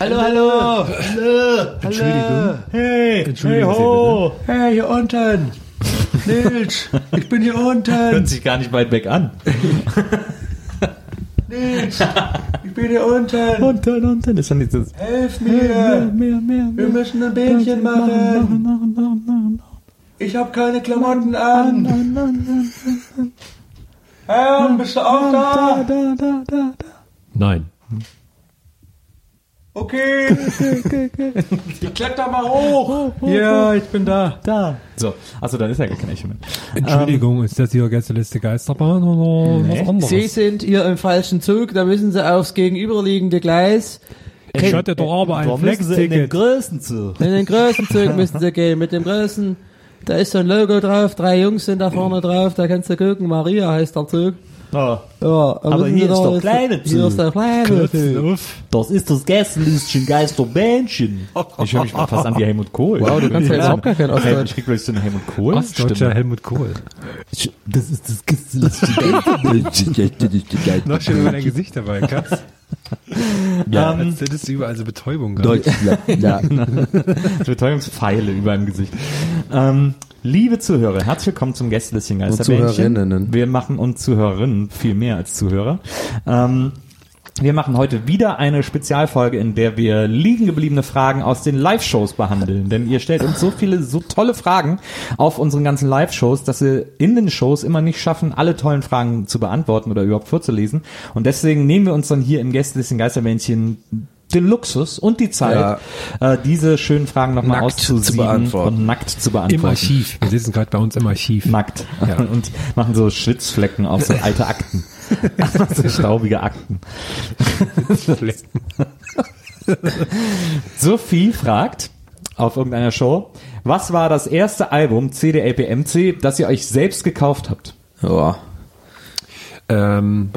Hallo, hallo! Hallo! Entschuldigung. Hey! Entschuldigung, hey, ho! Hey, hier unten! Nils! Ich bin hier unten! Hört sich gar nicht weit weg an. Nils! Ich bin hier unten! Unten, unten. Ist dann dieses Helf mir! mehr, mehr, Wir müssen ein Bähnchen machen! Ich hab keine Klamotten an! Nein, nein, nein, Herr, bist du auch da? da, da, da, da. Nein. Okay! Ich kletter mal hoch! Ja, ich bin da! Da. So, also dann ist ja gar kein Echo mehr. Entschuldigung, ist das die Gästeliste Geisterbahn oder was anderes? Sie sind hier im falschen Zug, da müssen Sie aufs gegenüberliegende Gleis. ich hatte doch aber ein Warum müssen sie in den Flex-Ticket. Größen zu? In den größten Zug müssen Sie gehen, mit dem größten. Da ist so ein Logo drauf, drei Jungs sind da vorne drauf, da kannst du gucken, Maria heißt der Zug. Oh, Ja, da Aber müssen hier Sie ist doch- der kleine Hier Zug. ist der kleine Zug. Äh, das ist das Gästelistchen Geisterbähnchen. Ich höre mich mal fast an wie Helmut Kohl. Wow, du kannst ja jetzt überhaupt gar kein Ostdeutsch. Ich krieg gleich so eine Helmut Kohl. Ostdeutscher Helmut Kohl. Ich- Das ist das Gästelistchen Geisterbähnchen. Noch schön, wenn dein Gesicht dabei krass. Ja, Als hättest du überall so Betäubung gehabt. Deutschland. Ja. Betäubungspfeile über dem Gesicht. Ähm, liebe Zuhörer, herzlich willkommen zum Gästelistchen Geisterbändchen. Zuhörerinnen. Wir machen und Zuhörerinnen viel mehr als Zuhörer. Ähm, wir machen heute wieder eine Spezialfolge, in der wir liegen gebliebene Fragen aus den Live-Shows behandeln. Denn ihr stellt uns so viele, so tolle Fragen auf unseren ganzen Live-Shows, dass wir in den Shows immer nicht schaffen, alle tollen Fragen zu beantworten oder überhaupt vorzulesen. Und deswegen nehmen wir uns dann hier im Gästelistchen Geistermännchen den Luxus und die Zeit, äh, diese schönen Fragen nochmal Nackt zu auszusieben beantworten. und nackt zu beantworten. Im Archiv. Wir sitzen gerade bei uns im Archiv. Nackt. Und machen so Schwitzflecken auf so alte Akten. so staubige Akten. Sophie fragt auf irgendeiner Show, was war das erste Album CDLPMC, das ihr euch selbst gekauft habt? Ja. Ähm,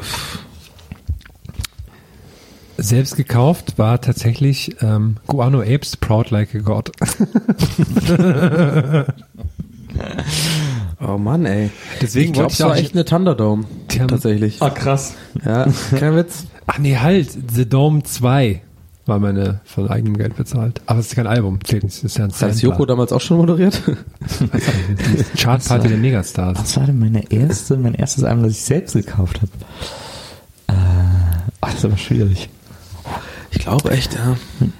selbst gekauft war tatsächlich ähm, Guano Apes Proud Like a God. Oh Mann, ey. Deswegen ich glaube, wollte es ich auch war echt eine Thunderdome. Die haben- tatsächlich. Ah, Oh, krass. Ja, kein Witz. Ach nee, halt. The Dome 2 war meine von eigenem Geld bezahlt. Aber es ist kein Album. Zählt nicht. Das ist ja ein Hat das Joko Sampler. damals auch schon moderiert? Chartparty der Megastars. Was war denn meine erste, mein erstes Album, das ich selbst gekauft habe? Äh, oh, das ist aber schwierig. Ich glaube echt, ja.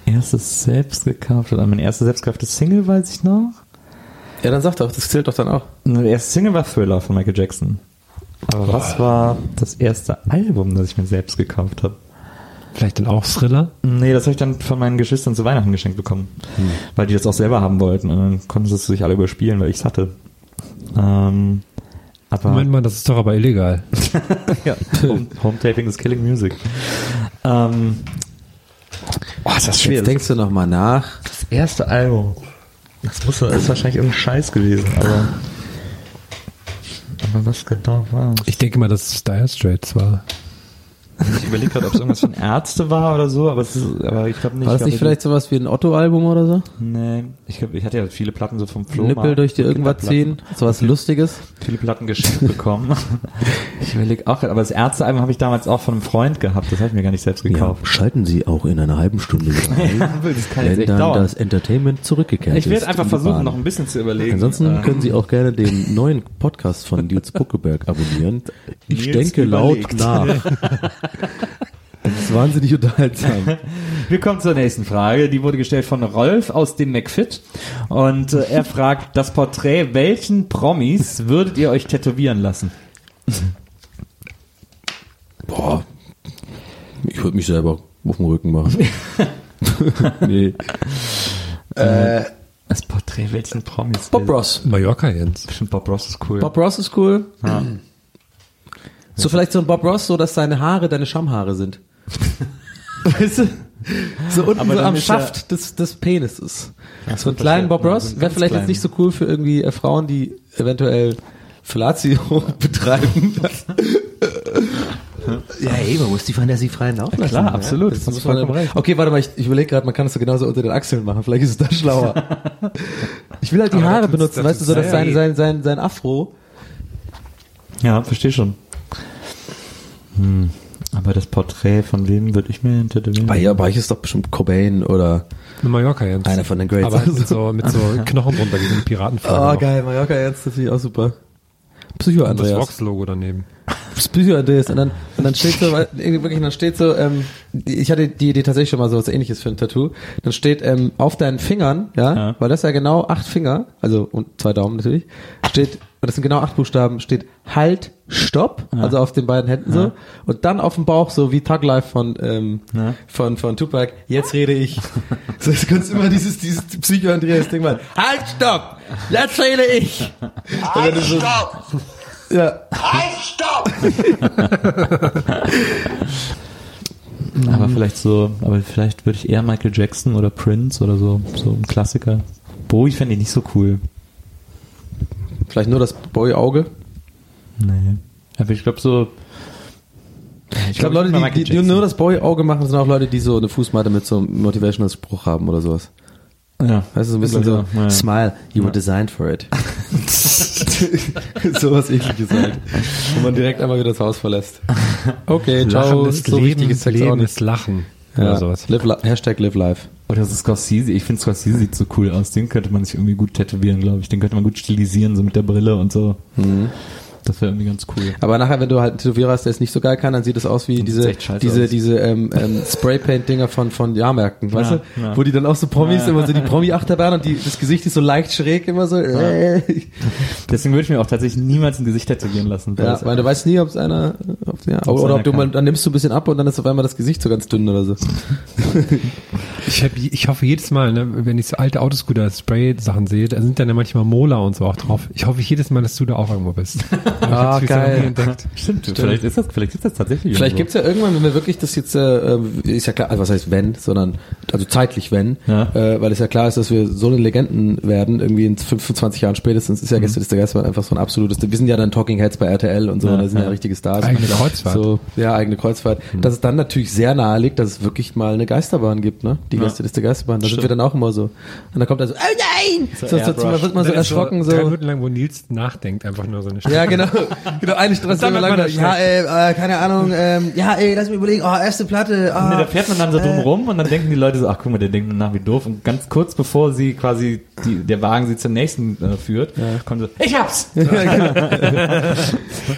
Erstes selbst gekauft oder mein erstes selbst gekauftes Single weiß ich noch. Ja, dann sag doch, das zählt doch dann auch. Der erste Single war Thriller von Michael Jackson. Aber was war das erste Album, das ich mir selbst gekauft habe? Vielleicht dann auch Thriller. Nee, das habe ich dann von meinen Geschwistern zu Weihnachten geschenkt bekommen. Weil die das auch selber haben wollten. Und dann konnten sie es sich alle überspielen, weil ich es hatte. Ähm, aber Moment mal, das ist doch aber illegal. ja, Home, Home Taping is Killing Music. Ähm, oh, ist das schwer. Jetzt denkst du nochmal nach. das erste Album. Das muss, ist wahrscheinlich irgendein Scheiß gewesen, aber. Aber was genau war Ich denke mal, dass es Dire Straits war. Ich überlege gerade, ob es irgendwas von Ärzte war oder so, aber, es ist, aber ich glaube nicht. War das Ich nicht glaube, vielleicht sowas wie ein Otto-Album oder so? die- Nee, ich, glaub, ich hatte ja viele Platten so vom Flohmarkt. Nippel durch die irgendwas Kinderplatten. ziehen? Sowas Lustiges? Viele Platten geschenkt bekommen. ich überlege auch, grad, aber das Ärztealbum habe ich damals auch von einem Freund gehabt, das habe ich mir gar nicht selbst gekauft. Schalten Sie auch in einer halben Stunde wieder ein, Das kann wenn dann das Entertainment zurückgekehrt ist. ich werde einfach in die versuchen, Bahn. noch ein bisschen zu überlegen. Ansonsten Äh, können Sie auch gerne den neuen Podcast von Nils Buckeberg abonnieren. Ich Nils denke überlegt. laut nach. Das ist wahnsinnig unterhaltsam. Wir kommen zur nächsten Frage. Die wurde gestellt von Rolf aus dem McFit. Und äh, er fragt, das Porträt, welchen Promis würdet ihr euch tätowieren lassen? Boah. Ich würde mich selber auf den Rücken machen. nee. Das Porträt, welchen Promis? Bob Ross. Mallorca, Jens. Bestimmt Bob Ross ist cool. Bob Ross ist cool. So vielleicht so ein Bob Ross, so dass seine Haare deine Schamhaare sind. weißt du? So unten Aber so dann am ist er- Schaft des, des Penises. so einen verstehe. kleinen Bob Ja, so Ross einen wäre ganz vielleicht kleinen. jetzt nicht so cool für irgendwie äh, Frauen, die eventuell Fellatio betreiben. Ja, ey, man muss die Fantasie freien Lauf lassen. Klar, absolut. Das Das muss ist man vollkommen recht. okay, warte mal, ich, ich überlege gerade, man kann das so genauso unter den Achseln machen. Vielleicht ist es da schlauer. Ich will halt die Aber da Haare tut's- benutzen, da weißt du, tut's so dass sehr sein, weh. sein, sein, sein Afro. Ja, verstehe schon. Hm. Aber das Porträt von wem würde ich mir tätowieren? Bei, bei euch ist doch bestimmt Cobain oder Eine Mallorca, Jens. einer von den Greats. Aber mit so, mit so Knochen drunter, wie so ein Piratenfahrer. Oh, geil, Mallorca jetzt, das finde ich auch super. Psycho Und das Andreas. Vox-Logo daneben. Das Psycho-Andreas. Und dann, und dann steht so, weil- irgendwie wirklich, dann steht so, ähm, die- ich hatte die Idee tatsächlich schon mal so was ähnliches für ein Tattoo. Dann steht ähm, auf deinen Fingern, ja, Ja. weil das ja genau acht Finger, also und zwei Daumen natürlich, steht, und das sind genau acht Buchstaben, steht Halt, Stopp, also auf den beiden Händen so. Und dann auf dem Bauch so wie Tag Life von, ähm, Ja. von, von Tupac, jetzt rede ich. so, du kannst immer dieses, dieses Psycho-Andreas-Ding machen. Halt, Stopp! Jetzt rede ich! Halt, stopp! Ja. Halt, stopp! Aber vielleicht so, aber vielleicht würde ich eher Michael Jackson oder Prince oder so, so ein Klassiker. Bowie fände ich nicht so cool. Vielleicht nur das Boy-Auge. Nee. Aber ich glaube so. Ich glaub, glaube, Leute, ich mag die, die, die Michael nur das Boy-Auge machen, sind auch Leute, die so eine Fußmatte mit so einem Motivational-Spruch haben oder sowas. Ja. Weißt du, so ein bisschen so, Ja, ja. Smile, you were designed for it. sowas ähnliches halt. Wo man direkt einmal wieder das Haus verlässt. Okay, ciao. Lachendes So Leben, wichtig ist Sex auch Leben nicht. ist Lachen. Ja. Oder sowas. Live, li- Hashtag live life. Oder so Oh, Scorsese. Ich finde Scorsese sieht so cool aus. Den könnte man sich irgendwie gut tätowieren, glaube ich. Den könnte man gut stilisieren, so mit der Brille und so. Das wäre irgendwie ganz cool. Aber nachher, wenn du halt einen Tätowierer hast, der es nicht so geil kann, dann sieht es aus wie sieht's diese, echt scheiße diese, aus. diese ähm, ähm, Spraypaint-Dinger von, von Jahrmärkten, weißt Ja, du? ja. Wo die dann auch so Promis, immer so die Promi-Achterbahn und die, das Gesicht ist so leicht schräg, immer so. Äh. Deswegen würde ich mir auch tatsächlich niemals ein Gesicht tätowieren lassen. weil Ja, das- weil du weißt nie, ob es einer, ob's, ja, Ob's einer oder ob du mal, kann. dann nimmst du ein bisschen ab und dann ist auf einmal das Gesicht so ganz dünn oder so. Ich, hab, ich hoffe jedes Mal, ne, wenn ich so alte Autoscooter-Spray-Sachen sehe, da sind dann ja manchmal Mola und so auch drauf. Ich hoffe jedes Mal, dass du da auch irgendwo bist. Ah, Hab ich jetzt geil. noch nie entdeckt. Stimmt, Vielleicht ist das, vielleicht ist das tatsächlich. irgendwo. Vielleicht gibt's ja irgendwann, wenn wir wirklich das jetzt, äh, äh, ist ja klar, also was heißt wenn, sondern, also zeitlich wenn, Ja. äh, weil es ja klar ist, dass wir so eine Legenden werden, irgendwie in 25 Jahren spätestens, ist ja gestern ist der Geistermann einfach so ein absolutes, wir sind ja dann Talking Heads bei RTL und so, Ja, da sind ja, ja. richtige Stars. Eigene Kreuzfahrt. So, ja, eigene Kreuzfahrt. Dass es dann natürlich sehr nahe liegt, dass es wirklich mal eine Geisterbahn gibt, ne? Die Gäste ist der Geisterbahn, da sind wir dann auch immer so. Und da kommt er so, oh nein! So, so, so, man wird man so Dann ist erschrocken, so. Drei Minuten lang, wo Nils nachdenkt, einfach nur so eine Stimme. Ja, genau. genau eine Straße wird man lang. das Ja, ey, äh, keine Ahnung. Ähm, ja, ey, lass mich überlegen. Oh, erste Platte. Ah. Nee, da fährt man dann so drum rum und dann denken die Leute so, ach guck mal, der denkt nach wie doof. Und ganz kurz bevor sie quasi die, der Wagen sie zum nächsten äh, führt, kommt so, ich hab's!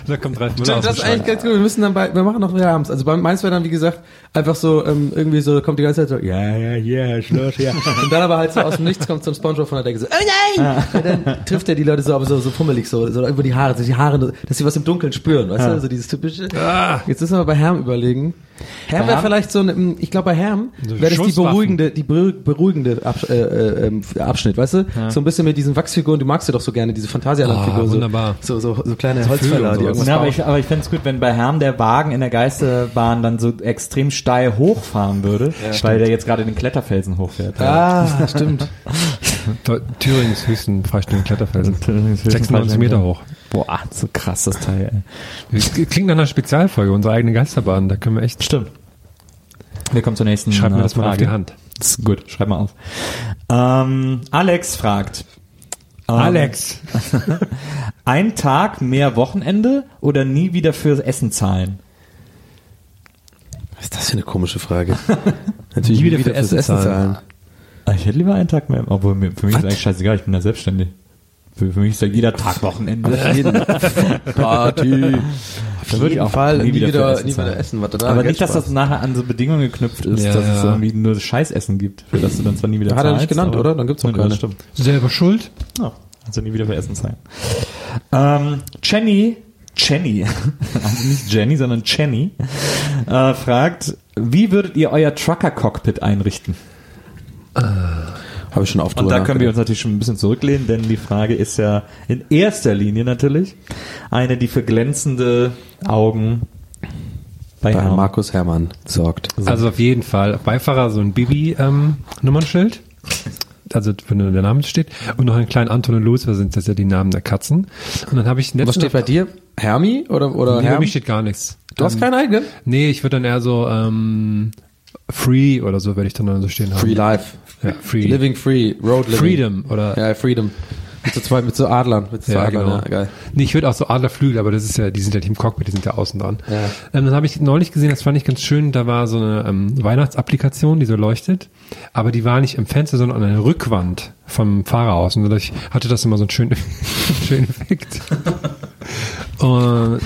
Da kommt Ralf Müller Stimmt, aus dem das ist Schrank. eigentlich ganz gut. Wir müssen dann bei, wir machen noch wieder abends. Also bei meins wäre dann, wie gesagt, einfach so, ähm, irgendwie so, kommt die ganze Zeit so, ja, ja, ja, Schloss, ja. Und dann aber halt so aus dem Nichts kommt so ein Spongebob von der Decke so, oh nein! Ah. Und dann trifft er die Leute so, aber so, so pummelig, so, so über die Haare, so die Haare, dass sie was im Dunkeln spüren, weißt Ah. du? So dieses typische. Jetzt müssen wir bei Herm überlegen. Herm wäre Herm? vielleicht so ein, ähm, ich glaube bei Herm So wäre das die Schusswaffen. beruhigende, die beruh- beruhigende Absch äh, äh, ähm, Abschnitt, weißt du? So ein bisschen mit diesen Wachsfiguren, du magst ja doch so gerne, diese Phantasialand-Figur. Ah, so, wunderbar. So, so, so kleine Holzfäller, und die sowas. irgendwas Ja, aber bauen. ich, aber ich fänd's gut, wenn bei Herm der Wagen in der Geisterbahn dann so extrem steil hochfahren würde, weil der jetzt gerade den Kletterfelsen hochfährt. Ah, stimmt. Deu- Thüringens höchsten freistehenden Kletterfelsen. Thüringens höchsten 96 Meter freistehenden- hoch. Boah, so krass das Teil. Ey. Das klingt nach einer Spezialfolge, unsere eigene Geisterbahn. Da können wir echt. Stimmt. Wir kommen zur nächsten Schreib mir äh, das mal auf die Hand. Das ist gut, schreib mal auf. Ähm, Alex fragt. ähm, Alex! Ein Tag mehr Wochenende oder nie wieder fürs Essen zahlen? Was ist das für eine komische Frage? Natürlich wieder für Essen zahlen. Ah, Ich hätte lieber einen Tag mehr, obwohl mir, für mich ist eigentlich scheißegal, ich bin ja selbstständig. Für, für mich ist ja jeder Tag Wochenende. Party. Auf da würde ich auch Fall nie wieder, für wieder, Essen nie wieder zahlen. essen, was du da Aber Geld nicht, dass das sparst. nachher an so Bedingungen geknüpft ist, Ja, dass es ja. irgendwie nur Scheißessen gibt, für das du dann zwar nie wieder Hat er nicht zahlst, genannt, aber- oder? Dann gibt's auch Nee, keine. Das stimmt. Selber schuld. Ja, also nie wieder für Essen zahlen. Ähm, Jenny, Jenny, also nicht Jenny, sondern Jenny, äh, fragt, wie würdet ihr euer Trucker-Cockpit einrichten? Habe ich schon oft Und drüber da können wir uns nachgedacht. natürlich schon ein bisschen zurücklehnen, denn die Frage ist ja in erster Linie natürlich eine, die für glänzende Augen bei, Bei Herrn Markus Hermann sorgt. Also auf jeden Fall. Auf Beifahrer so ein Bibi-Nummernschild. also wenn nur der Name steht. Und noch einen kleinen Anton und Louis, das sind das ja die Namen der Katzen. Und dann habe ich Was steht bei dir? Hermi oder, Nee, oder bei Herm? Ähm, mir steht gar nichts. Ähm, Du hast keinen eigenen? Nee, ich würde dann eher so ähm, Free oder so würde ich dann, dann so stehen Free haben. Life. Ja, free. Living Free. Road Living. Freedom oder Ja, Freedom. Mit so zwei, mit so Adlern. Mit so Ja, Adlern, genau. ja, geil. Nee, ich würde auch so Adlerflügel, aber das ist ja, die sind ja nicht im Cockpit, die sind ja außen dran. Ja. Ähm, dann habe ich neulich gesehen, das fand ich ganz schön, da war so eine ähm, Weihnachtsapplikation, die so leuchtet, aber die war nicht im Fenster, sondern an der Rückwand vom Fahrer aus. Und dadurch hatte das immer so einen schönen, schönen Effekt. Und,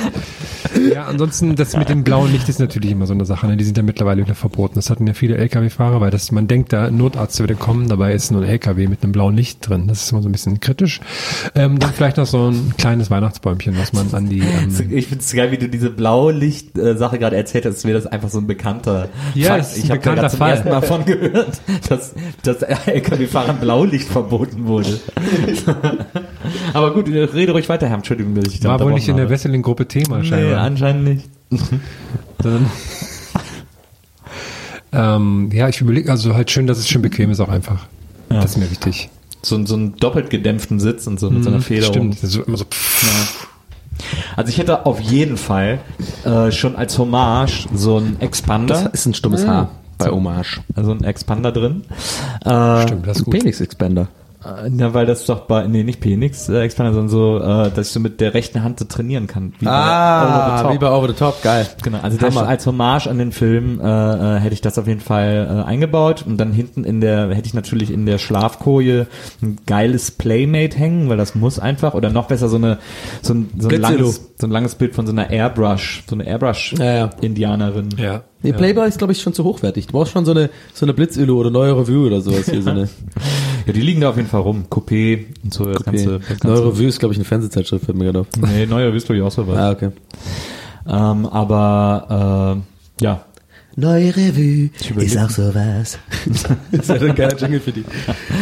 Äh, ja, ansonsten, das mit dem blauen Licht ist natürlich immer so eine Sache. Ne? Die sind ja mittlerweile wieder verboten. Das hatten ja viele Lkw-Fahrer, weil das, man denkt, da ein Notarzt würde kommen, dabei ist nur ein Lkw mit einem blauen Licht drin. Das ist immer so ein bisschen kritisch. Ähm, dann vielleicht noch so ein kleines Weihnachtsbäumchen, was man an die... Ähm, Ich find's geil, wie du diese Blaulicht-Sache gerade erzählt hast. Mir das einfach so ein bekannter Ja, Fakt. das ist ein Ich habe bekannter gerade zum Fall. ersten Mal von gehört, dass, dass LKW-Fahrern Blaulicht verboten wurde. Aber gut, rede ruhig weiter, Herr. Entschuldigung, dass ich da war wohl nicht in der unterbrochen Wesseling-Gruppe Thema, habe. Nee, scheinbar. anscheinend nicht. Dann- ähm, ja, ich überlege, also halt schön, dass es schön bequem ist auch einfach. Das ist mir wichtig. Hm? So, so einen doppelt gedämpften Sitz und so mit so einer Federung. Mhm, Stimmt, das ist immer so... Also ich hätte auf jeden Fall äh, schon als Hommage so einen Das Expander, ist ein stummes Haar bei Hommage. also einen Expander drin. Äh, Stimmt, das ist gut. Penix Expander. Äh, Na, weil das doch bei, nee, nicht Penix äh, Expander, sondern so, äh, dass ich so mit der rechten Hand so trainieren kann. Wie bei Over the Ah, Top. wie bei Over the Top, geil. Genau, also das Hammer. als Hommage an den Film äh, äh, hätte ich das auf jeden Fall äh, eingebaut und dann hinten in der hätte ich natürlich in der Schlafkoje ein geiles Playmate hängen, weil das muss einfach oder noch besser so eine so ein, so ein Blitzello. langes so ein langes Bild von so einer Airbrush, so eine Airbrush Ja, ja. Indianerin. Ja. Nee, Playboy ist, glaube ich, schon zu hochwertig. Du brauchst schon so eine, so eine Blitzillu oder neue Revue oder sowas hier, so eine. Ja, die liegen da auf jeden Fall rum, Coupé und so das ganze das ganze Neue Revue ist, glaube ich, eine Fernsehzeitschrift, fällt mir gerade auf. Nee, neue wirst du ja auch sowas. Ah, okay. Ähm, aber äh, ja, Neue Revue überleg- auch sowas. das wäre ein geiler Jingle für die.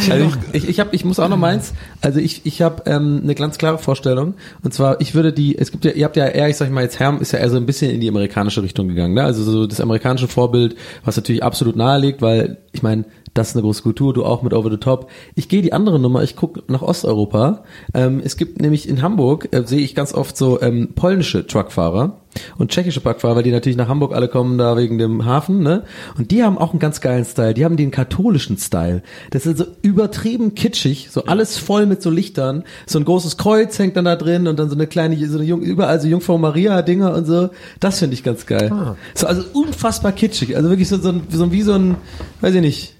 Also ich, ich, ich, hab, ich muss auch noch meins. Also ich, ich habe ähm, eine ganz klare Vorstellung. Und zwar, ich würde die, es gibt ja, ihr habt ja eher, ich sag mal jetzt, Herm ist ja eher so ein bisschen in die amerikanische Richtung gegangen. Ne? Also so das amerikanische Vorbild, was natürlich absolut nahe liegt, weil ich meine, das ist eine große Kultur, du auch mit Over the Top. Ich gehe die andere Nummer, ich gucke nach Osteuropa. Ähm, es gibt nämlich in Hamburg, äh, sehe ich ganz oft so ähm, polnische Truckfahrer und tschechische Truckfahrer, weil die natürlich nach Hamburg alle kommen, da wegen dem Hafen, ne? Und die haben auch einen ganz geilen Style, die haben den katholischen Style. Das ist so übertrieben kitschig, so alles voll mit so Lichtern, so ein großes Kreuz hängt dann da drin und dann so eine kleine, so eine Jung, überall so Jungfrau Maria-Dinger und so. Das finde ich ganz geil. So, also unfassbar kitschig, also wirklich so, so, ein, so ein- wie so ein, weiß ich nicht,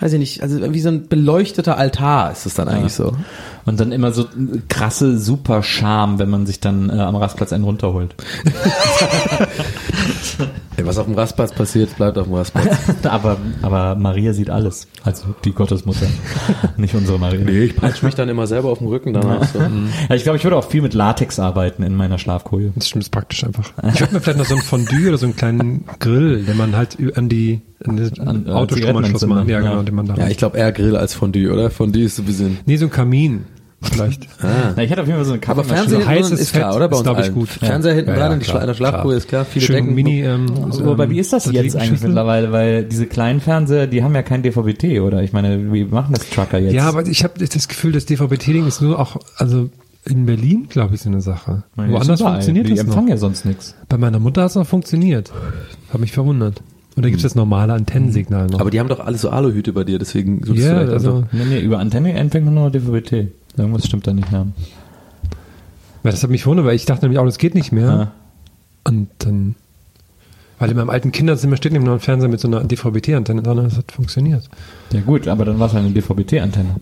weiß ich nicht, also wie so ein beleuchteter Altar ist es dann eigentlich so. Und dann immer so krasse super Charme, wenn man sich dann äh, am Rastplatz einen runterholt. was auf dem Rastplatz passiert, bleibt auf dem Rastplatz. aber, aber Maria sieht alles. Also die Gottesmutter. Nicht unsere Maria. Ich peitsche mich dann immer selber auf dem Rücken danach. So. Ja, ich glaube, ich würde auch viel mit Latex arbeiten in meiner Schlafkohle. Das stimmt, ist praktisch einfach. Ich würde mir vielleicht noch so ein Fondue oder so einen kleinen Grill, den man halt ü- an die, an die An, äh, Autostromanschluss Zigarettenanzünder, macht. Ja, ja. genau, den man da. Ja, ich glaube eher Grill als Fondue, oder? Fondue ist so ein bisschen. nee, so ein Kamin. Vielleicht. Na, ich hätte auf jeden Fall so eine Aber Kaffeemaschine. Fernsehen heißes hinten dran Ah. ist Fett klar, oder? Bei ist, uns glaub ich, allen. gut. Fernseher hinten Ja. dran Ja, in, die klar, Schla in der Schlafruhe klar. ist klar. Viele Schön Decken. Mini, ähm, Also, aber wie ist das jetzt eigentlich Satellitenschüssel? mittlerweile? Weil diese kleinen Fernseher, die haben ja kein DVB-T, oder? Ich meine, wie machen das Trucker jetzt? Ja, aber ich habe das Gefühl, das DVB-T-Ding ist nur auch, also in Berlin, glaube ich, so eine Sache. Meine, Woanders überall. funktioniert Die das noch. empfangen ja sonst nichts. Bei meiner Mutter hat es noch funktioniert. Hab mich verwundert. Und da gibt es Hm. das normale Antennensignal noch. Aber die haben doch alle so Aluhüte bei dir, deswegen suchst Ja, du vielleicht also- einfach. Nee, nee, über Antenne empfängt man nur DVB-T. Irgendwas stimmt da nicht, ja. Weil das hat mich verwundert, weil ich dachte nämlich auch, das geht nicht mehr. Ja. Und dann, weil in meinem alten Kinderzimmer steht nämlich noch ein Fernseher mit so einer DVB-T-Antenne dran und das hat funktioniert. halt Ja gut, aber dann war es eine DVB-T-Antenne.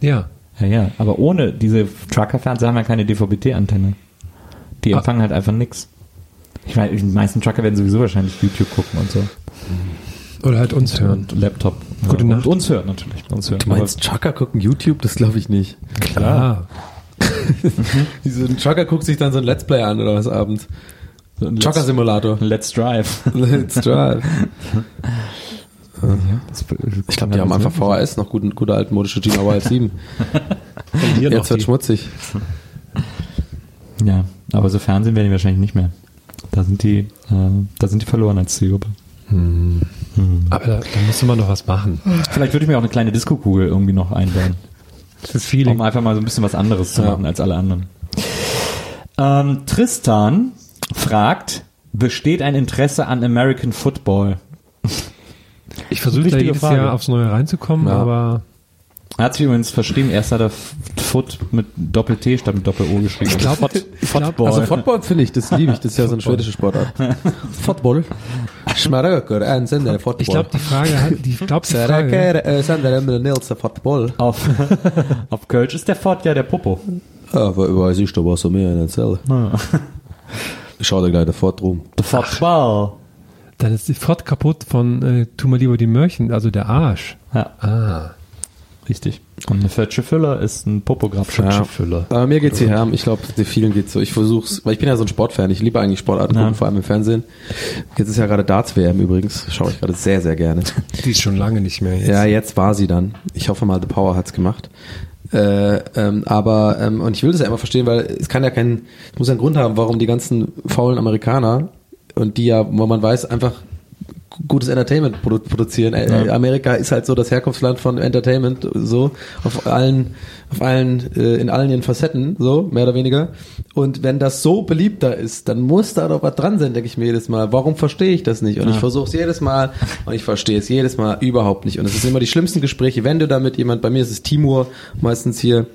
Ja. Ja, ja, aber ohne diese Trucker-Fernseher haben ja keine DVB-T-Antenne. Die empfangen halt einfach nix. Ich meine, die meisten Trucker werden sowieso wahrscheinlich YouTube gucken und so. Oder halt uns hören. Und Laptop. Gute ja. Nacht. Und uns hören natürlich. Uns hören. Du meinst, Trucker gucken YouTube? Das glaube ich nicht. Klar. Diese, ein Trucker guckt sich dann so ein Let's Play an oder was abends. Aber Let's- Trucker Simulator. Let's Drive. Let's Drive. Ich Die haben einfach VHS, noch guten, gute altmodische Gene Hour halb sieben. Jetzt wird schmutzig. Ja, aber so Fernsehen werden die wahrscheinlich nicht mehr. Da sind die, äh, da sind die verloren als Zielgruppe. Aber da, da musste man doch was machen. Vielleicht würde ich mir auch eine kleine Disco-Kugel irgendwie noch einbauen. Das ist Feeling. Um einfach mal so ein bisschen was anderes zu machen als alle anderen. Ähm, Tristan fragt, besteht ein Interesse an American Football? Ich versuche da Wichtige jedes Frage. Jahr aufs Neue reinzukommen, aber Er hat sich übrigens verschrieben, erst hat er F- Foot mit Doppel-T statt mit Doppel-O geschrieben. Ich glaub, ich glaub- Also Football. Football finde ich, das liebe ich. Das ist ja so eine schwedische Sportart. Football. Schmaröker, ein Sender, ich glaube, die Frage, hat- die, ich glaub, die Frage Saraker, äh, Sander Emre Nilsen, Football. auf, auf Kölsch ist der Fort ja der Popo. Ja, we- weiß ich, da warst du mehr in der Zelle. Ich schau da gleich sofort rum. Der Football. dann ist die Fort kaputt von äh, Tu mal lieber die Mörchen, also der Arsch. Ja, Ah. richtig. Und eine Fetsche Füller ist ein Popograph. Ja. Aber mir geht's hierher. Ich glaube, die vielen geht's so. Ich versuch's, weil ich bin ja so ein Sportfan. Ich liebe eigentlich Sportarten, gucken, vor allem im Fernsehen. Jetzt ist ja gerade Darts WM übrigens. Schaue ich gerade sehr, sehr gerne. Die ist schon lange nicht mehr jetzt. Ja, jetzt war sie dann. Ich hoffe mal, The Power hat's gemacht. Äh, ähm, aber, ähm, und ich will das ja immer verstehen, weil es kann ja keinen, es muss ja einen Grund haben, warum die ganzen faulen Amerikaner und die ja, wo man weiß, einfach gutes Entertainment produ produzieren. Äh, Ja. Amerika ist halt so das Herkunftsland von Entertainment, so auf allen, auf allen, äh, in allen ihren Facetten, so mehr oder weniger. Und wenn das so beliebt da ist, dann muss da doch was dran sein, denke ich mir jedes Mal. Warum verstehe ich das nicht? Und ich versuche es jedes Mal und ich verstehe es jedes Mal überhaupt nicht. Und es sind immer die schlimmsten Gespräche, wenn du damit jemand, bei mir ist es Timur meistens hier,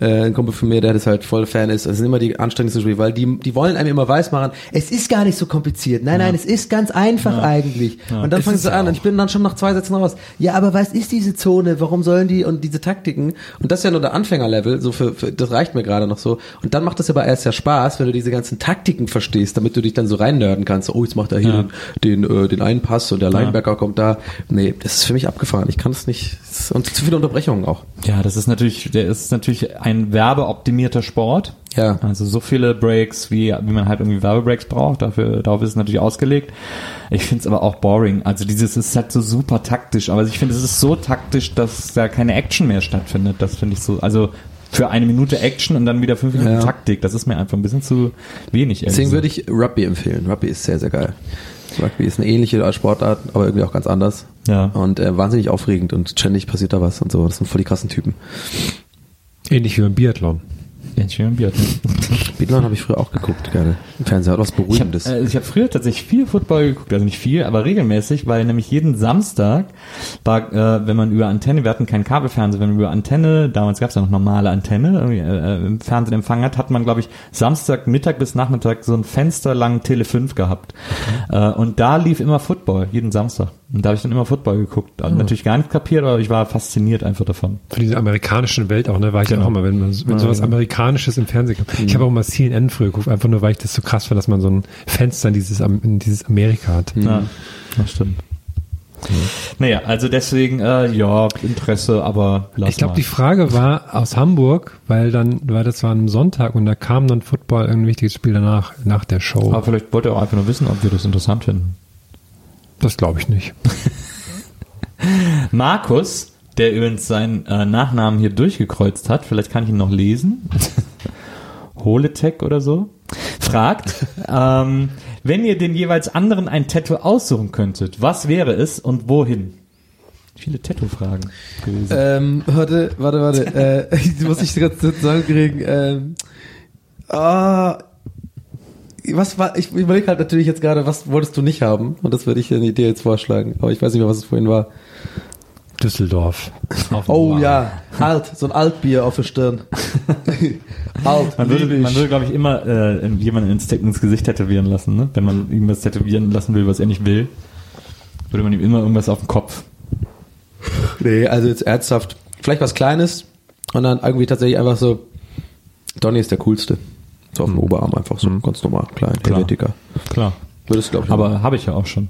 äh, ein Kumpel von mir, der das halt voll Fan ist. Das sind immer die anstrengendsten Spiele, weil die, die wollen einem immer weismachen, es ist gar nicht so kompliziert. Nein, nein, es ist ganz einfach eigentlich. Und dann fangen sie an und ich bin dann schon nach zwei Sätzen raus. Ja, aber was ist diese Zone? Warum sollen die und diese Taktiken? Und das ist ja nur der Anfängerlevel, so für, für das reicht mir gerade noch so. Und dann macht das aber erst ja Spaß, wenn du diese ganzen Taktiken verstehst, damit du dich dann so reinnörden kannst. Oh, jetzt macht er hier den, den, äh, den einen Pass und der Linebacker kommt da. Nee, das ist für mich abgefahren. Ich kann es nicht. es- Und zu viele Unterbrechungen auch. Ja, das ist natürlich, der ist natürlich ein werbeoptimierter Sport. Ja. Also so viele Breaks, wie, wie man halt irgendwie Werbebreaks braucht, dafür, darauf ist es natürlich ausgelegt. Ich finde es aber auch boring. Also dieses ist halt so super taktisch, aber ich finde, es ist so taktisch, dass da keine Action mehr stattfindet. Das finde ich so, also für eine Minute Action und dann wieder fünf Minuten Ja. Taktik. Das ist mir einfach ein bisschen zu wenig. ehrlich Deswegen Also- gesagt. würde ich Rugby empfehlen. Rugby ist sehr, sehr geil. Rugby ist eine ähnliche Sportart, aber irgendwie auch ganz anders. Ja. Und äh, wahnsinnig aufregend und ständig passiert da was und so. Das sind voll die krassen Typen. Ähnlich wie beim Biathlon. Ja, schön Bier. Biathlon habe ich früher auch geguckt, gerne. Im Fernseher hat was Ich habe Beruhigendes. äh, ich hab früher tatsächlich viel Football geguckt, also nicht viel, aber regelmäßig, weil nämlich jeden Samstag war, äh, wenn man über Antenne, wir hatten kein Kabelfernsehen, wenn man über Antenne, damals gab es ja noch normale Antenne, irgendwie, äh, im Fernsehen empfangen hat, hat man, glaube ich, Samstag, Mittag bis Nachmittag so ein fensterlang Tele 5 gehabt. Äh, und da lief immer Football, jeden Samstag. Und da habe ich dann immer Football geguckt. Oh. Hab Natürlich gar nicht kapiert, aber ich war fasziniert einfach davon. Von dieser amerikanischen Welt auch, ne? War ich ja Mhm. auch immer, wenn, man, wenn sowas Amerikanisches im Fernsehen kam. Ich habe auch mal CNN früher geguckt, einfach nur, weil ich das so krass fand, dass man so ein Fenster in dieses, Am- in dieses Amerika hat. Ja, das stimmt. Mhm. Naja, also deswegen, äh, ja, Interesse, aber lass Ich glaube, mal. die Frage war aus Hamburg, weil dann, weil das war am Sonntag und da kam dann Football, ein wichtiges Spiel danach, nach der Show. Aber vielleicht wollte er auch einfach nur wissen, ob wir das interessant finden. das glaube ich nicht. Markus, der übrigens seinen äh, Nachnamen hier durchgekreuzt hat, vielleicht kann ich ihn noch lesen. Holetech oder so, fragt, ähm, wenn ihr den jeweils anderen ein Tattoo aussuchen könntet, was wäre es und wohin? Viele Tattoo-Fragen gewesen. Ähm, warte, warte, warte. Äh, ich muss ich gerade zusammenkriegen. Ähm, ah, was war, ich überlege halt natürlich jetzt gerade, was wolltest du nicht haben? Und das würde ich dir jetzt vorschlagen. Aber ich weiß nicht mehr, was es vorhin war. Düsseldorf. Oh ja, halt, alt, so ein Altbier auf der Stirn. alt, Man würde, lieb ich. man würde, glaube ich, immer äh, jemanden ins, ins Gesicht tätowieren lassen, ne? wenn man ihm was tätowieren lassen will, was er nicht will. Würde man ihm immer irgendwas auf den Kopf. nee, also jetzt ernsthaft. Vielleicht was Kleines, Und dann irgendwie tatsächlich einfach so, Donny ist der coolste. So auf dem Oberarm einfach so, ganz normal, klein, Klar. Helvetica. Klar. Hm. Würdest glaube ich. Aber habe ich ja auch schon.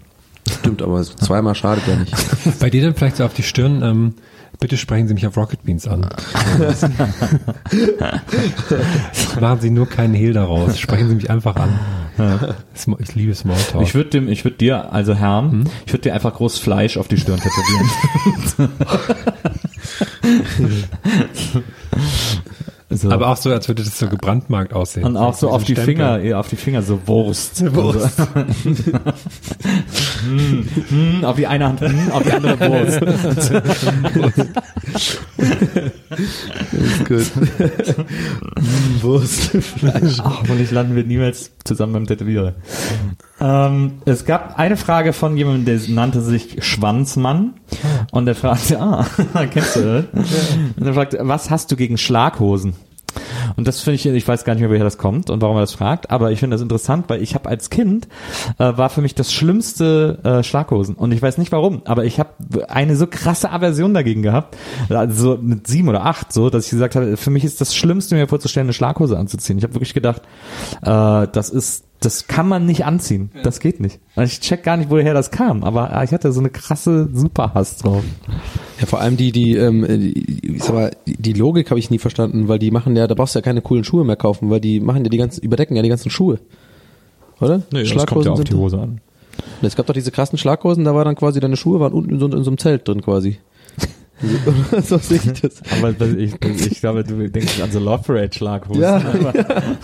stimmt, aber zweimal schadet ja nicht. Bei dir dann vielleicht so auf die Stirn, ähm, bitte sprechen Sie mich auf Rocket Beans an. Machen Sie nur keinen Hehl daraus. Sprechen Sie mich einfach an. Sm- Ich liebe Smalltalk. Ich würde dem, ich würde dir, also Herm, Hm? ich würde dir einfach groß Fleisch auf die Stirn tätowieren. so. aber auch so, als würde das so gebrandmarkt aussehen. und auch so auf die Stempel. Finger, eher auf die Finger so Wurst. Wurst. Also, hm, hm, auf die eine Hand, hm, auf die andere Wurst. Gut. Wurst. Ach, hoffentlich landen wir niemals zusammen beim Tätowierer. Ähm, es gab eine Frage von jemandem, der nannte sich Schwanzmann. Und der fragte, ah, kennst du das? Und er fragte, was hast du gegen Schlaghosen? Und das finde ich, ich weiß gar nicht mehr, woher das kommt und warum er das fragt, aber ich finde das interessant, weil ich habe als Kind, äh, war für mich das schlimmste äh, Schlaghosen. Und ich weiß nicht warum, aber ich habe eine so krasse Aversion dagegen gehabt, also so mit sieben oder acht, so, dass ich gesagt habe, für mich ist das Schlimmste, mir vorzustellen, eine Schlaghose anzuziehen. Ich habe wirklich gedacht, äh, das ist, das kann man nicht anziehen. Das geht nicht. Und ich check gar nicht, woher das kam, aber äh, ich hatte so eine krasse Superhass drauf. Ja, vor allem die, die, ähm, die, ich sag mal, die- die Logik habe ich nie verstanden, weil die machen ja, da brauchst du ja keine coolen Schuhe mehr kaufen, weil die machen ja die ganzen, überdecken ja die ganzen Schuhe. Oder? sind- Hose an. Es gab doch diese krassen Schlaghosen, da war dann quasi deine Schuhe waren unten in so, in so einem Zelt drin quasi. so sehe ich das. Aber das- ich, ich glaube, du denkst an so Love Parade Schlaghosen. Ja.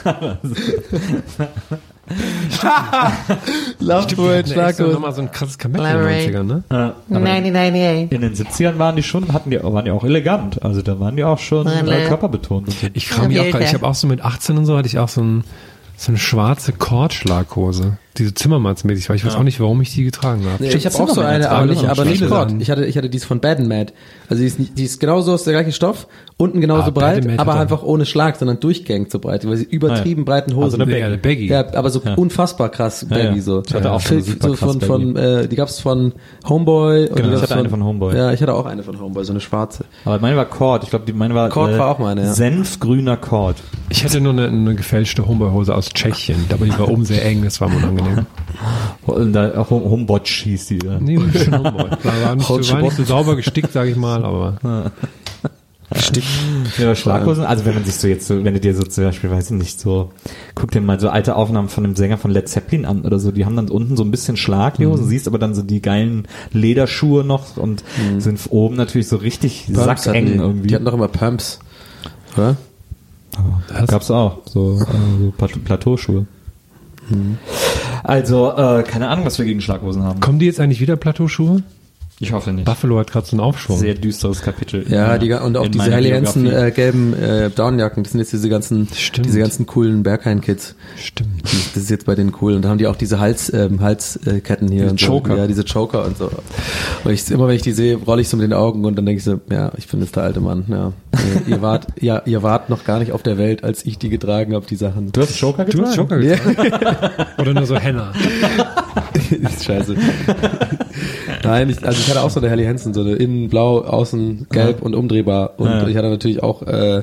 aber, Love Das ist doch nochmal so ein krasses Comeback in den 90ern, ne? In den 70ern waren die schon, hatten die, waren die auch elegant. Also da waren die auch schon äh, körperbetont. und so. Ich kram mich auch gerade. Ich habe auch so mit 18 und so hatte ich auch so, ein, so eine schwarze Kordschlaghose, die so Zimmermannsmäßig war. Ich weiß auch nicht, warum ich die getragen habe. ich habe auch so eine, tragen aber nicht, noch aber nicht Schlaghosen. Sport. Ich hatte, ich hatte dies von Bad and Mad. Also die ist, nicht- die ist genauso aus der gleichen Stoff, unten genauso Ah, Bad and breit, Mad aber hat er- einfach ohne Schlag, sondern durchgängig so breit, weil sie übertrieben breiten Also Hosen. eine Ja, Baggy. Baggy. ja, aber so unfassbar krass Baggy ja. so. Ich hatte auch so eine so, super so von, krass von äh, die gab's von Homeboy. und die Genau, ich gab's hatte eine von Homeboy. Ja, ich hatte auch eine von Homeboy, so eine schwarze. Aber meine war Cord. Ich glaube, die meine war, äh, Cord war auch meine, ja. senfgrüner Cord. Ich hatte nur eine, eine gefälschte Homeboy-Hose aus Tschechien, aber die war oben sehr eng, das war mir unangenehm. Und da auch Hom- Homebotch hieß die. äh. Ja. Nee, war schon Homeboy. War, war, nicht, so, war nicht so sauber gestickt, sage ich mal, aber Ja, Schlaghosen, also wenn man sich so jetzt so, wenn du dir so zum Beispiel, weiß ich nicht, so, guck dir mal so alte Aufnahmen von dem Sänger von Led Zeppelin an oder so, die haben dann unten so ein bisschen Schlag, die Mhm. Hosen, siehst aber dann so die geilen Lederschuhe noch und sind oben natürlich so richtig hatten sackeng die. irgendwie. Mhm. Die hatten doch immer Pumps. Oder? Gab's auch, so, äh, so Plat- Plateauschuhe. Hm. Also, äh, keine Ahnung, was wir gegen Schlaghosen haben. kommen die jetzt eigentlich wieder Plateauschuhe? Ich hoffe nicht. Buffalo hat gerade so einen Aufschwung. Sehr düsteres Kapitel. Ja, in die, meiner- und auch in diese meiner Helly Hansen Biografie. äh, gelben äh, Downjacken, das sind jetzt diese ganzen, Stimmt. diese ganzen coolen Berghain-Kids. Stimmt. Die- Das ist jetzt bei denen cool. Und da haben die auch diese Hals, ähm, Halsketten hier. Diese und Choker. So. Ja, diese Choker und so. Und ich, immer wenn ich die sehe, rolle ich so mit den Augen und dann denke ich so, ja, ich bin jetzt der alte Mann. Ja. Äh, Ihr- ihr, wart, ja, ihr wart noch gar nicht auf der Welt, als ich die getragen habe, die Sachen. Du hast Joker Du hast getragen? Joker getragen. Oder nur so Henna. ist scheiße. Nein, ich, also ich hatte auch so eine Helly Hansen, so eine innen blau, außen gelb und umdrehbar. Und Ja. ich hatte natürlich auch, äh,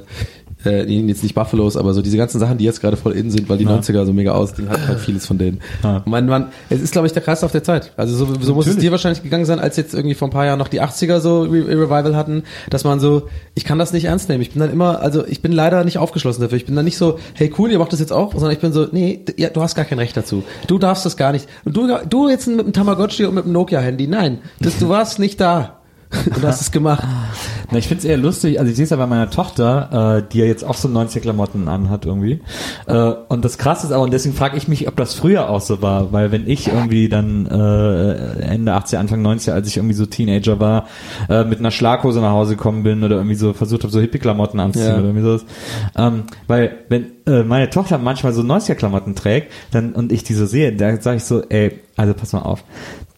äh, nee, jetzt nicht Buffalos, aber so diese ganzen Sachen, die jetzt gerade voll in sind, weil die 90er so mega aus, hatten halt vieles von denen. Ja. Man, man, es ist, glaube ich, der Kreislauf der Zeit. Also so, so muss es dir wahrscheinlich gegangen sein, als jetzt irgendwie vor ein paar Jahren noch die 80er so Re Revival hatten, dass man so, ich kann das nicht ernst nehmen. Ich bin dann immer, also ich bin leider nicht aufgeschlossen dafür. Ich bin dann nicht so, hey cool, ihr macht das jetzt auch, sondern ich bin so, nee, d- ja, du hast gar kein Recht dazu. Du darfst das gar nicht. Und du, du jetzt mit dem Tamagotchi und mit dem Nokia-Handy, nein, das, du warst nicht da. Und hast es gemacht. Na, ich find's eher lustig, also ich sehe es ja bei meiner Tochter, äh, die ja jetzt auch so 90er Klamotten anhat irgendwie. Äh, und das krasse ist aber, und deswegen frage ich mich, ob das früher auch so war, weil wenn ich irgendwie dann äh, Ende 80er, Anfang 90er, als ich irgendwie so Teenager war, äh, mit einer Schlaghose nach Hause gekommen bin oder irgendwie so versucht habe, so Hippie-Klamotten anzuziehen Ja. oder irgendwie sowas. Ähm, weil wenn äh, meine Tochter manchmal so 90er Klamotten trägt, dann und ich die so sehe, da sage ich so, ey, also pass mal auf.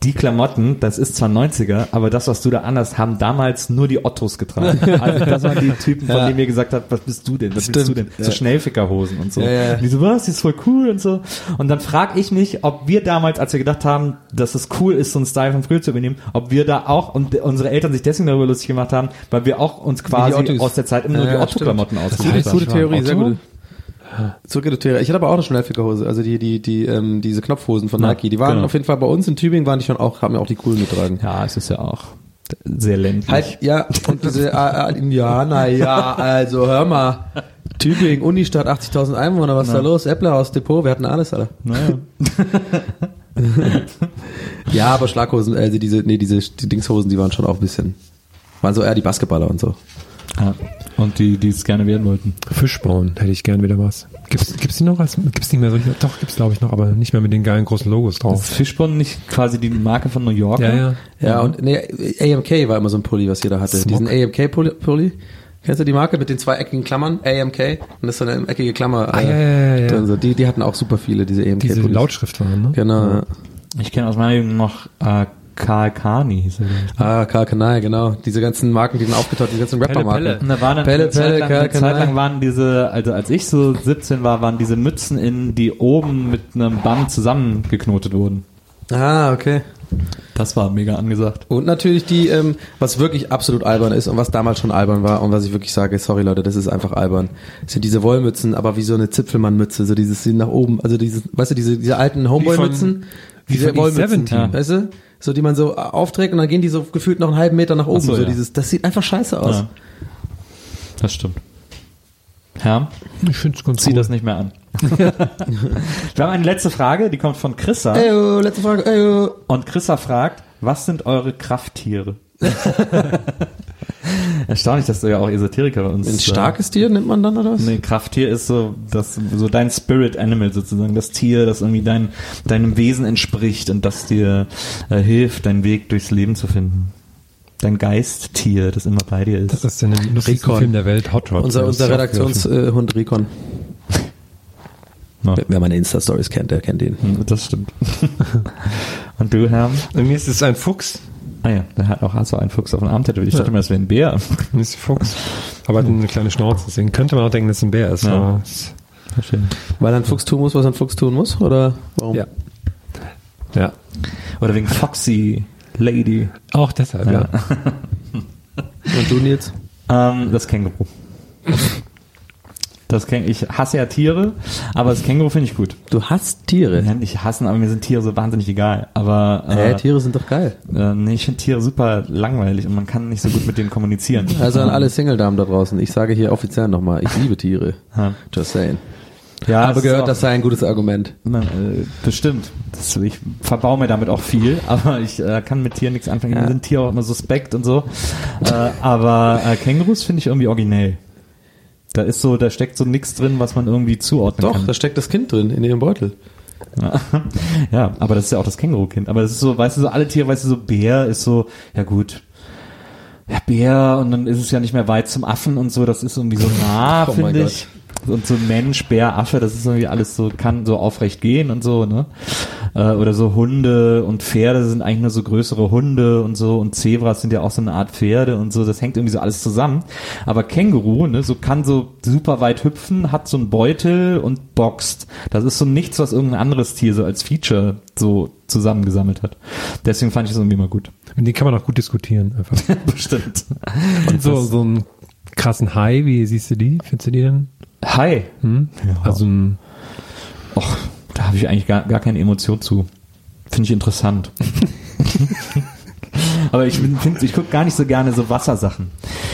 die Klamotten, das ist zwar 90er, aber das, was du da anhast, haben damals nur die Ottos getragen. Also das waren die Typen, von denen ihr gesagt habt, was bist du denn? Was bist du denn? So Schnellfickerhosen und so. ja. Und die so, was, die ist voll cool und so. Und dann frag ich mich, ob wir damals, als wir gedacht haben, dass es cool ist, so einen Style von früher zu übernehmen, ob wir da auch, und unsere Eltern sich deswegen darüber lustig gemacht haben, weil wir auch uns quasi Ottos. aus der Zeit immer nur Ja, die ja, Otto-Klamotten Gute, ausgesucht gute haben. Theorie, sehr Otto? gut. Zurückgehende Theorie. Ich hatte aber auch eine Schnellfickerhose, also die, die, die, ähm, diese Knopfhosen von Nike. Die waren genau. auf jeden Fall bei uns in Tübingen, waren die schon auch, haben ja auch die coolen getragen. Ja, es ist ja auch sehr ländlich. Halt, ja, und diese äh, äh, Indianer, ja, also hör mal. Tübingen, Unistadt, 80.000 Einwohner, was ist da los? Äpplehaus, Depot, wir hatten alles, Alter. Naja. Ja, aber Schlaghosen, also diese, nee, diese die Dingshosen, die waren schon auch ein bisschen, waren so eher die Basketballer und so. Ja. Und die, die es gerne werden wollten. Fischbraun hätte ich gern wieder was. Gibt's, gibt's die noch als, gibt's nicht mehr so, doch gibt's glaube ich noch, aber nicht mehr mit den geilen großen Logos Ist drauf. Fishbone nicht quasi die Marke von New York? Oh, Ja, ja. Ja, und nee, AMK war immer so ein Pulli, was jeder hatte. Smock. Diesen AMK-Pulli. Pulli. Kennst du die Marke mit den zwei eckigen Klammern? AMK. Und das ist so eine eckige Klammer. Ah, ja, ja, ja, ja. drin, So. Die, die hatten auch super viele, diese AMK-Pullis. Diese Lautschrift waren, ne? Genau. ja. Ich kenne aus meiner Jugend noch äh, Karl Kani. Hieß er, glaub ich. Ah, Karl Kanai, genau. Diese ganzen Marken, die dann aufgetaucht sind, die ganzen Rapper-Marken. Und da waren dann Pelle, eine, Zeit Pelle, lang, Karl eine Zeit lang Kanai. waren diese, also als ich so 17 war, waren diese Mützen in, die oben mit einem Band zusammengeknotet wurden. Ah, okay. Das war mega angesagt. Und natürlich die, ähm, was wirklich absolut albern ist und was damals schon albern war und was ich wirklich sage, sorry Leute, das ist einfach albern, sind diese Wollmützen, aber wie so eine Zipfelmannmütze, so dieses die nach oben, also dieses, weißt du, diese, diese alten Homeboy-Mützen, wie diese von E17. Ja. weißt du? So die man so äh, aufträgt und dann gehen die so gefühlt noch einen halben Meter nach oben. so, So, ja. dieses, das sieht einfach scheiße aus. Ja. Das stimmt. Herr, Ich finde es ganz zieh cool. das nicht mehr an. Wir haben eine letzte Frage, die kommt von Chrissa. Eyo, letzte Frage, eyo. Und Chrissa fragt, was sind eure Krafttiere? Erstaunlich, dass du ja auch Esoteriker bei uns Ein äh, starkes Tier nimmt man dann oder was? Nee, Krafttier ist so das so dein Spirit Animal sozusagen, das Tier, das irgendwie dein deinem Wesen entspricht und das dir äh, hilft, deinen Weg durchs Leben zu finden. Dein Geisttier, das immer bei dir ist. Das ist in dem lustigsten Film der Welt, Hot Rod. Unser, Das unser ist Redaktionshund äh, Rikon. Ja. Wer- Wer meine Insta-Stories kennt, der kennt den. Hm, das stimmt. und du, Herr? aufgerufen. Bei mir ist es ein Fuchs. Ah ja, da hat auch hast du einen Fuchs auf dem Arm tätowiert. Ich dachte mir, das wäre ein Bär. Bei Mir ist ein Fuchs. Aber hat eine kleine Schnauze, deswegen könnte man auch denken, dass es ein Bär ist. Ja. aber es- Verstehe. Weil ein Fuchs tun muss, was ein Fuchs tun muss, oder warum? Ja. Ja. Oder wegen Foxy Lady. Auch deshalb, ja. Und du, Nils? Ähm, das Känguru. Das Käng ich hasse ja Tiere, aber das Känguru finde ich gut. Du hasst Tiere. Ja, nicht hassen, aber mir sind Tiere so wahnsinnig egal. Aber Hä, äh, Tiere sind doch geil. äh, nee, ich finde Tiere super langweilig und man kann nicht so gut mit denen kommunizieren. Also an alle Single-Damen da draußen, ich sage hier offiziell nochmal, ich liebe Tiere. Ja. Just saying. ja, Habe ist auch- gehört, das sei ein gutes Argument. Na, äh, bestimmt. Das, ich verbau mir damit auch viel, aber ich äh, kann mit Tieren nichts anfangen. Mir sind Tiere auch immer suspekt und so. Äh, aber äh, Kängurus finde ich irgendwie originell. Da ist so, da steckt so nichts drin, was man irgendwie zuordnen Doch, kann. da steckt das Kind drin, in ihrem Beutel. Ja, aber das ist ja auch das Kängurukind. Aber das ist so, weißt du, so alle Tiere, weißt du, so Bär ist so, ja gut. Ja, Bär und dann ist es ja nicht mehr weit zum Affen und so, das ist irgendwie so nah, Oh mein finde ich. Und so Mensch, Bär, Affe, das ist irgendwie alles so, kann so aufrecht gehen und so, ne? Äh, Oder so Hunde und Pferde sind eigentlich nur so größere Hunde und so und Zebras sind ja auch so eine Art Pferde und so, das hängt irgendwie so alles zusammen. Aber Känguru, ne, so kann so super weit hüpfen, hat so einen Beutel und boxt. Das ist so nichts, was irgendein anderes Tier so als Feature so zusammengesammelt hat. Deswegen fand ich es irgendwie mal gut. Mit denen kann man auch gut diskutieren. Einfach. Bestimmt. Und so, so einen krassen Hai, wie siehst du die? Findest du die denn? Hi. Hm? Ja. Also ein Och, da habe ich eigentlich gar, gar keine Emotion zu. Finde ich interessant. Aber ich, bin- find- ich gucke gar nicht so gerne so Wassersachen.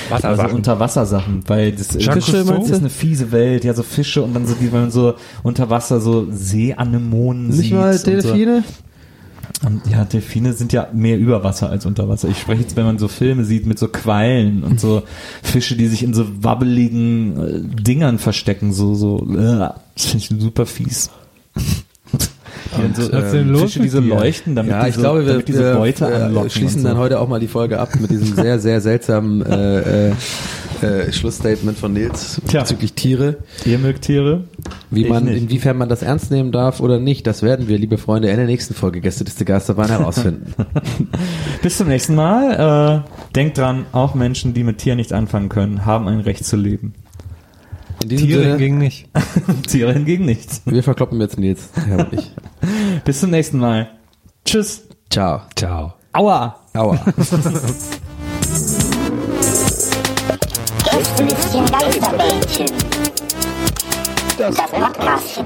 Wassersachen. Also Unterwassersachen, weil das Fische, ist, meinst ist eine fiese Welt. Ja, so Fische und dann so, die, wenn man so unter Wasser so Seeanemonen Nicht sieht. mal und Delfine? So. Und ja, Delfine sind ja mehr über Wasser als unter Wasser. Ich spreche jetzt, wenn man so Filme sieht mit so Quallen und so Fische, die sich in so wabbeligen äh, Dingern verstecken, so, so, äh, das finde ich super fies. Die dann so, ähm, was ist denn los Fische, die mit so dir? leuchten, damit Ja, die ich so, glaube, wir, damit die so wir Beute äh, anlocken. schließen und so. dann heute auch mal die Folge ab mit diesem sehr, sehr seltsamen äh, äh, äh, Schlussstatement von Nils Tja. bezüglich Tiere. Ihr mögt Tiere? Wie Ich man, nicht. inwiefern man das ernst nehmen darf oder nicht, das werden wir, liebe Freunde, in der nächsten Folge Gästeliste Geisterbahn herausfinden. Bis zum nächsten Mal. Äh, denkt dran, auch Menschen, die mit Tieren nicht anfangen können, haben ein Recht zu leben. In diesem Tiere Sinne, hingegen nicht. Tiere hingegen nicht. wir verkloppen jetzt Nils, Herr und ich. Bis zum nächsten Mal. Tschüss. Ciao. Ciao. Aua. Aua. Gästelistchen Geisterbällchen. Das Podcastchen.